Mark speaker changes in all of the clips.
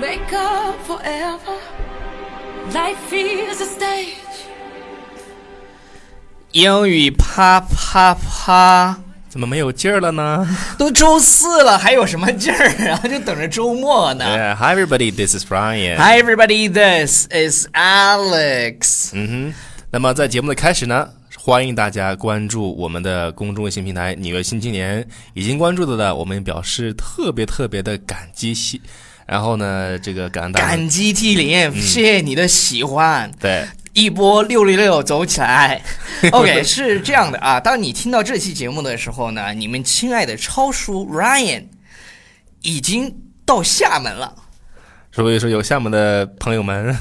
Speaker 1: wake up forever. Life is a stage.
Speaker 2: 英语啪啪啪，
Speaker 3: 怎么没有劲儿了呢？
Speaker 2: 都周四了，还有什么劲儿啊？就等着周 末呢。
Speaker 3: 哎 Hi everybody, this is Brian。
Speaker 2: Hi everybody, this is Alex。
Speaker 3: 嗯哼。那么在节目的开始呢，欢迎大家关注我们的公众微信平台《纽约新青年》，已经关注的呢，我们表示特别特别的感激心。然后呢，这个感恩大家。
Speaker 2: 感激涕零，
Speaker 3: 嗯
Speaker 2: 谢谢你的喜欢。
Speaker 3: 对，
Speaker 2: 一波六六六走起 来！OK，是这样的啊，当你听到这期节目的时候呢，你们亲爱的超叔 Ryan 已经到厦门了，
Speaker 3: 所以说有厦门的 朋友们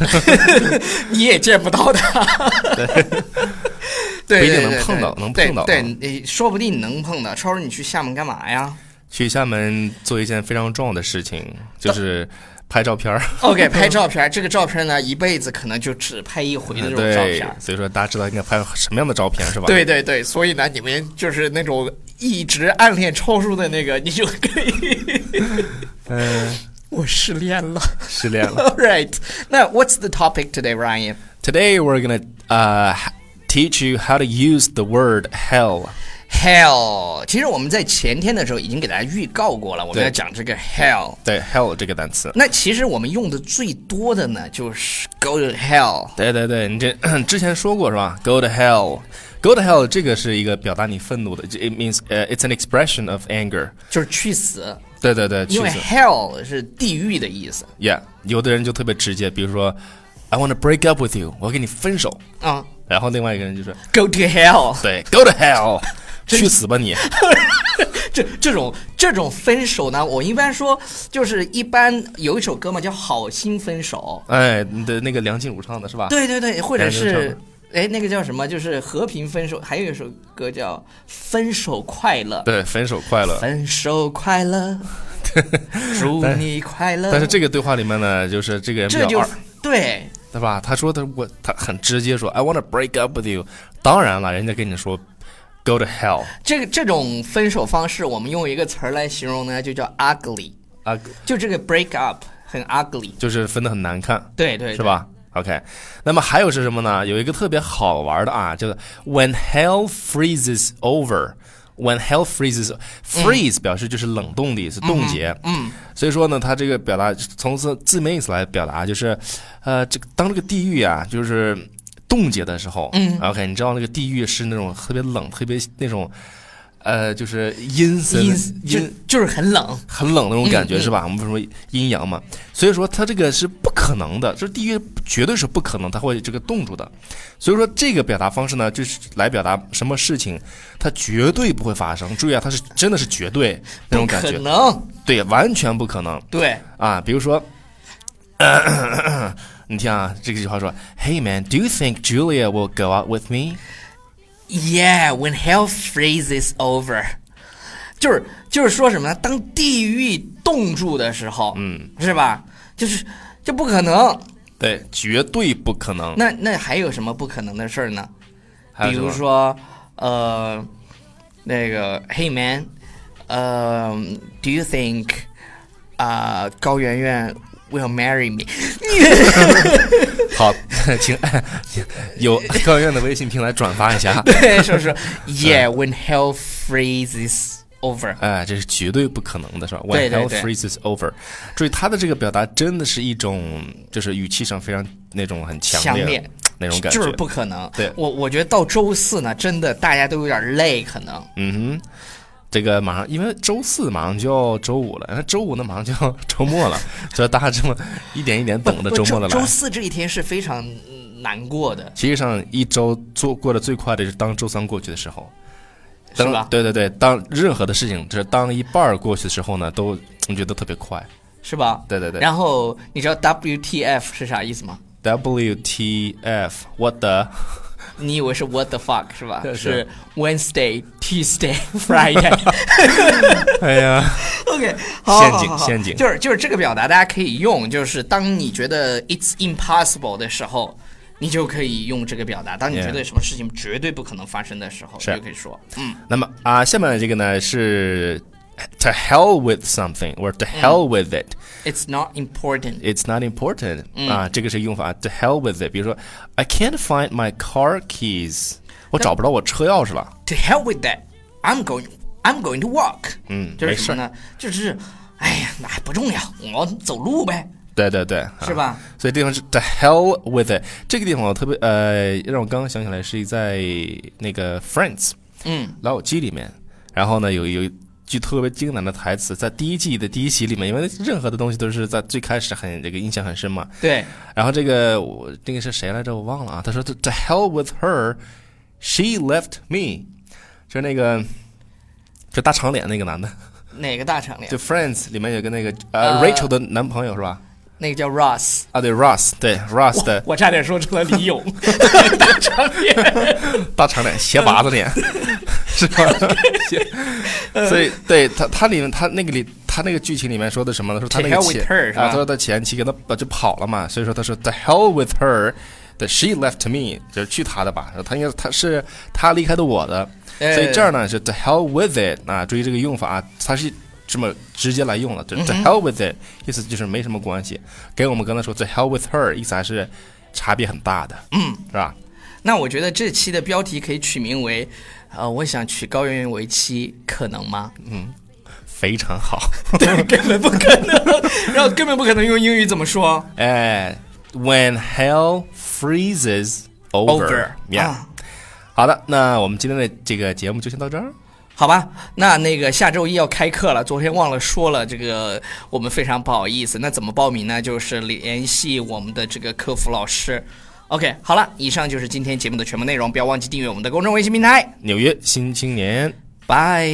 Speaker 2: 你也见不到他， 对，
Speaker 3: 不一定
Speaker 2: 对
Speaker 3: 能
Speaker 2: 对
Speaker 3: 碰到
Speaker 2: 对
Speaker 3: 能
Speaker 2: 对
Speaker 3: 碰到
Speaker 2: 对，
Speaker 3: 啊
Speaker 2: 你说不定你能碰到。超叔，你去厦门干嘛呀
Speaker 3: 去厦门做一件非常重要的事情，就是拍 照片儿。
Speaker 2: ？OK，拍照片儿，这个照片呢，一辈子可能就只拍一回的这种照
Speaker 3: 对
Speaker 2: 片儿，。
Speaker 3: 所以说大家知道应该拍什么样的照片是吧？
Speaker 2: 对对对，所以呢，你们就是那种一直暗恋超叔的那个，你就可以。
Speaker 3: 嗯，
Speaker 2: 我失恋了。
Speaker 3: 失恋了。
Speaker 2: All right. Now, what's the topic today, Ryan?
Speaker 3: Today we're gonna uh, h- teach you how to use the word hell.
Speaker 2: Hell，其实我们在前天的时候已经给大家预告过了，我们
Speaker 3: 对
Speaker 2: 要讲这个 hell。
Speaker 3: 对，hell 这个单词。
Speaker 2: 那其实我们用的最多的呢，就是 go to hell。
Speaker 3: 对对对，你这 之前说过是吧？Go to hell. Go to hell 这个是一个表达你愤怒的这，it means 呃、i t s an expression of anger。
Speaker 2: 就是去死，
Speaker 3: 对对对，
Speaker 2: 因为
Speaker 3: 去死
Speaker 2: hell 是地狱的意思
Speaker 3: Yeah，有的人就特别直接，比如说 I want to break up with you，我要跟你分手。
Speaker 2: 啊、
Speaker 3: 然后另外一个人就说
Speaker 2: Go to hell，
Speaker 3: 对，Go to hell，去死吧你。
Speaker 2: 这这种这种分手呢，我一般说就是一般有一首歌嘛，叫《好心分手
Speaker 3: 哎，你的那个梁静茹唱的是吧？》。
Speaker 2: 对对对，或者
Speaker 3: 两个人
Speaker 2: 是哎那个叫什么，就是和平分手，还有一首歌叫《分手快乐》。
Speaker 3: 对，分手快乐。
Speaker 2: 分手快 乐，祝你快乐。
Speaker 3: 但是这个对话里面呢，就是这个人比
Speaker 2: 这
Speaker 3: 较
Speaker 2: 就
Speaker 3: 二。
Speaker 2: 对
Speaker 3: 对吧？他说的我他很直接说 I want to break up with you。当然了，人家跟你说 Go to hell
Speaker 2: 这个这种分手方式，我们用一个词儿来形容呢，就叫 ugly，
Speaker 3: 啊，
Speaker 2: 就这个 break up 很 ugly。
Speaker 3: 就是分的很难看，
Speaker 2: 对对，
Speaker 3: 是？吧？OK，那么还有是什么呢？有一个特别好玩的啊，就是 When hell freezes over。When hell freezes, freeze 表示就是冷冻的意思，冻结。嗯，所以说呢，它这个表达从字字面意思来表达，就是，呃，这个当这个地狱啊，就是冻结的时候，嗯，OK，你知道那个地狱是那种特别冷、特别那种，呃，就是阴森、
Speaker 2: 阴就
Speaker 3: 阴
Speaker 2: 就是很冷，
Speaker 3: 很冷的那种感觉、
Speaker 2: 嗯嗯
Speaker 3: 是吧？我们不是说阴阳嘛，所以说它这个是不可能的，就是地狱绝对是不可能它会这个冻住的。所以说这个表达方式呢，就是来表达什么事情它绝对不会发生。注意啊，它是真的是绝对那种
Speaker 2: 不
Speaker 3: 感
Speaker 2: 可
Speaker 3: 觉，
Speaker 2: 能。
Speaker 3: 对，完全不可能
Speaker 2: 对，
Speaker 3: 啊。比如说。 你听啊，这句话说，Hey man, do you think Julia will go out with me？
Speaker 2: Yeah, when hell freezes over，就是就是说什么呢？当地狱冻住的时候，嗯，是吧？就是这不可能。
Speaker 3: 对，绝对不可能。
Speaker 2: 那那还有什么不可能的事儿呢？
Speaker 3: 还有
Speaker 2: 比
Speaker 3: 什
Speaker 2: 如
Speaker 3: 么，
Speaker 2: 说，呃，那个 Hey man，呃，Do you think 啊、高圆圆 will marry me？
Speaker 3: 好， 请有高圆圆的微信平台转发一下。
Speaker 2: 对，是不 是？Yeah，when hell freezes over。
Speaker 3: 哎，这是绝对不可能的，是吧？When
Speaker 2: 对对
Speaker 3: hell
Speaker 2: 对
Speaker 3: freezes over，注意他的这个表达真的是一种，就是语气上非常那种很强
Speaker 2: 强
Speaker 3: 烈
Speaker 2: 烈
Speaker 3: 那种感觉。
Speaker 2: 就是不可能。
Speaker 3: 对
Speaker 2: 我我觉得到周四呢，真的大家都有点累，可能。
Speaker 3: 嗯哼，这个马上因为周四马上就要周五了，那周五呢马上就要周末了， 所以大家这么一点一点等着
Speaker 2: 不
Speaker 3: 周末的
Speaker 2: 周
Speaker 3: 来。
Speaker 2: 四这一天是非常嗯难过的，
Speaker 3: 实际上一周做过得最快的就是当周三过去的时候，
Speaker 2: 是
Speaker 3: 当
Speaker 2: 吧？
Speaker 3: 对对对，当任何的事情就是当一半儿过去的时候呢，都你觉得特别快。
Speaker 2: 是吧？
Speaker 3: 对对对
Speaker 2: 然后你知道 WTF 是啥意思吗？
Speaker 3: WTF，what the？
Speaker 2: 你以为是 What the fuck 是吧？
Speaker 3: 是
Speaker 2: 是 Wednesday、Tuesday、Friday。
Speaker 3: 哎呀。
Speaker 2: OK，好
Speaker 3: 陷
Speaker 2: 好
Speaker 3: 阱
Speaker 2: 好好
Speaker 3: 陷阱
Speaker 2: 就是就是这个表达，大家可以用，就是当你觉得 It's impossible 的时候。你就可以用这个表达，当你
Speaker 3: Yeah
Speaker 2: 觉得什么事情绝对不可能发生的时候，
Speaker 3: 是
Speaker 2: 你就可以说，嗯，
Speaker 3: 那么啊，下面这个呢是 to hell with something or to hell with it。
Speaker 2: It's not important.
Speaker 3: It's not important 啊，这个是用法。To hell with it。比如说，I can't find my car keys，我找不着我车钥匙了。
Speaker 2: To hell with that. I'm going. I'm going to walk.
Speaker 3: 嗯
Speaker 2: 就是
Speaker 3: 没事
Speaker 2: 什么
Speaker 3: 儿
Speaker 2: 呢？就是，哎呀，那不重要，我走路呗。
Speaker 3: 对对对，啊
Speaker 2: 是吧？
Speaker 3: 所以这地方是 the hell with it。这个地方我特别呃，让我刚刚想起来是在那个 Friends，
Speaker 2: 嗯，
Speaker 3: 老友记里面，然后呢有有一句特别经典的台词，在第一季的第一集里面，因为任何的东西都是在最开始很这个印象很深嘛。
Speaker 2: 对，
Speaker 3: 然后这个我那个是谁来着？我忘了啊。他说 the hell with her，she left me，就是那个就大长脸那个男的，
Speaker 2: 哪个大厂里啊
Speaker 3: 就？Friends 里面有个那个呃 Rachel 的男朋友是吧？
Speaker 2: 那个叫 Ross。
Speaker 3: 啊，对，Ross，对 Ross 的
Speaker 2: 我差点说成了李 勇，大长脸。
Speaker 3: 大长脸、斜拔 子脸，是吧？
Speaker 2: 嗯
Speaker 3: 所以，对他，他里面他那个里，他那个剧情里面说的什么呢？说他那
Speaker 2: To
Speaker 3: 个
Speaker 2: hell with
Speaker 3: 前
Speaker 2: her，是吧
Speaker 3: 啊，他说他前妻跟他呃就跑了嘛，所以说他说 the hell with her that she left me，就是去他的吧，他应该他是他离开的我的，
Speaker 2: 哎
Speaker 3: 所以这儿呢是 the hell with it 啊，注意这个用法啊，它是。这么直接来用了，就是 the hell with it，、意思就是没什么关系，跟我们刚才说 the hell with her 意思还是差别很大的，嗯，是吧？
Speaker 2: 那我觉得这期的标题可以取名为，呃，我想娶高圆圆为妻，可能 吗？
Speaker 3: 非常好。
Speaker 2: 对，根本不可能， 然后根本不可能用英语怎么说？
Speaker 3: 哎，When hell freezes over，yeah
Speaker 2: 啊。
Speaker 3: 好的，那我们今天的这个节目就先到这儿。
Speaker 2: 好吧，那那个下周一要开课了，昨天忘了说了，这个我们非常不好意思。那怎么报名呢？就是联系我们的这个客服老师。OK，好了，以上就是今天节目的全部内容，不要忘记订阅我们的公众微信平台。
Speaker 3: 纽约新青年。
Speaker 2: 拜。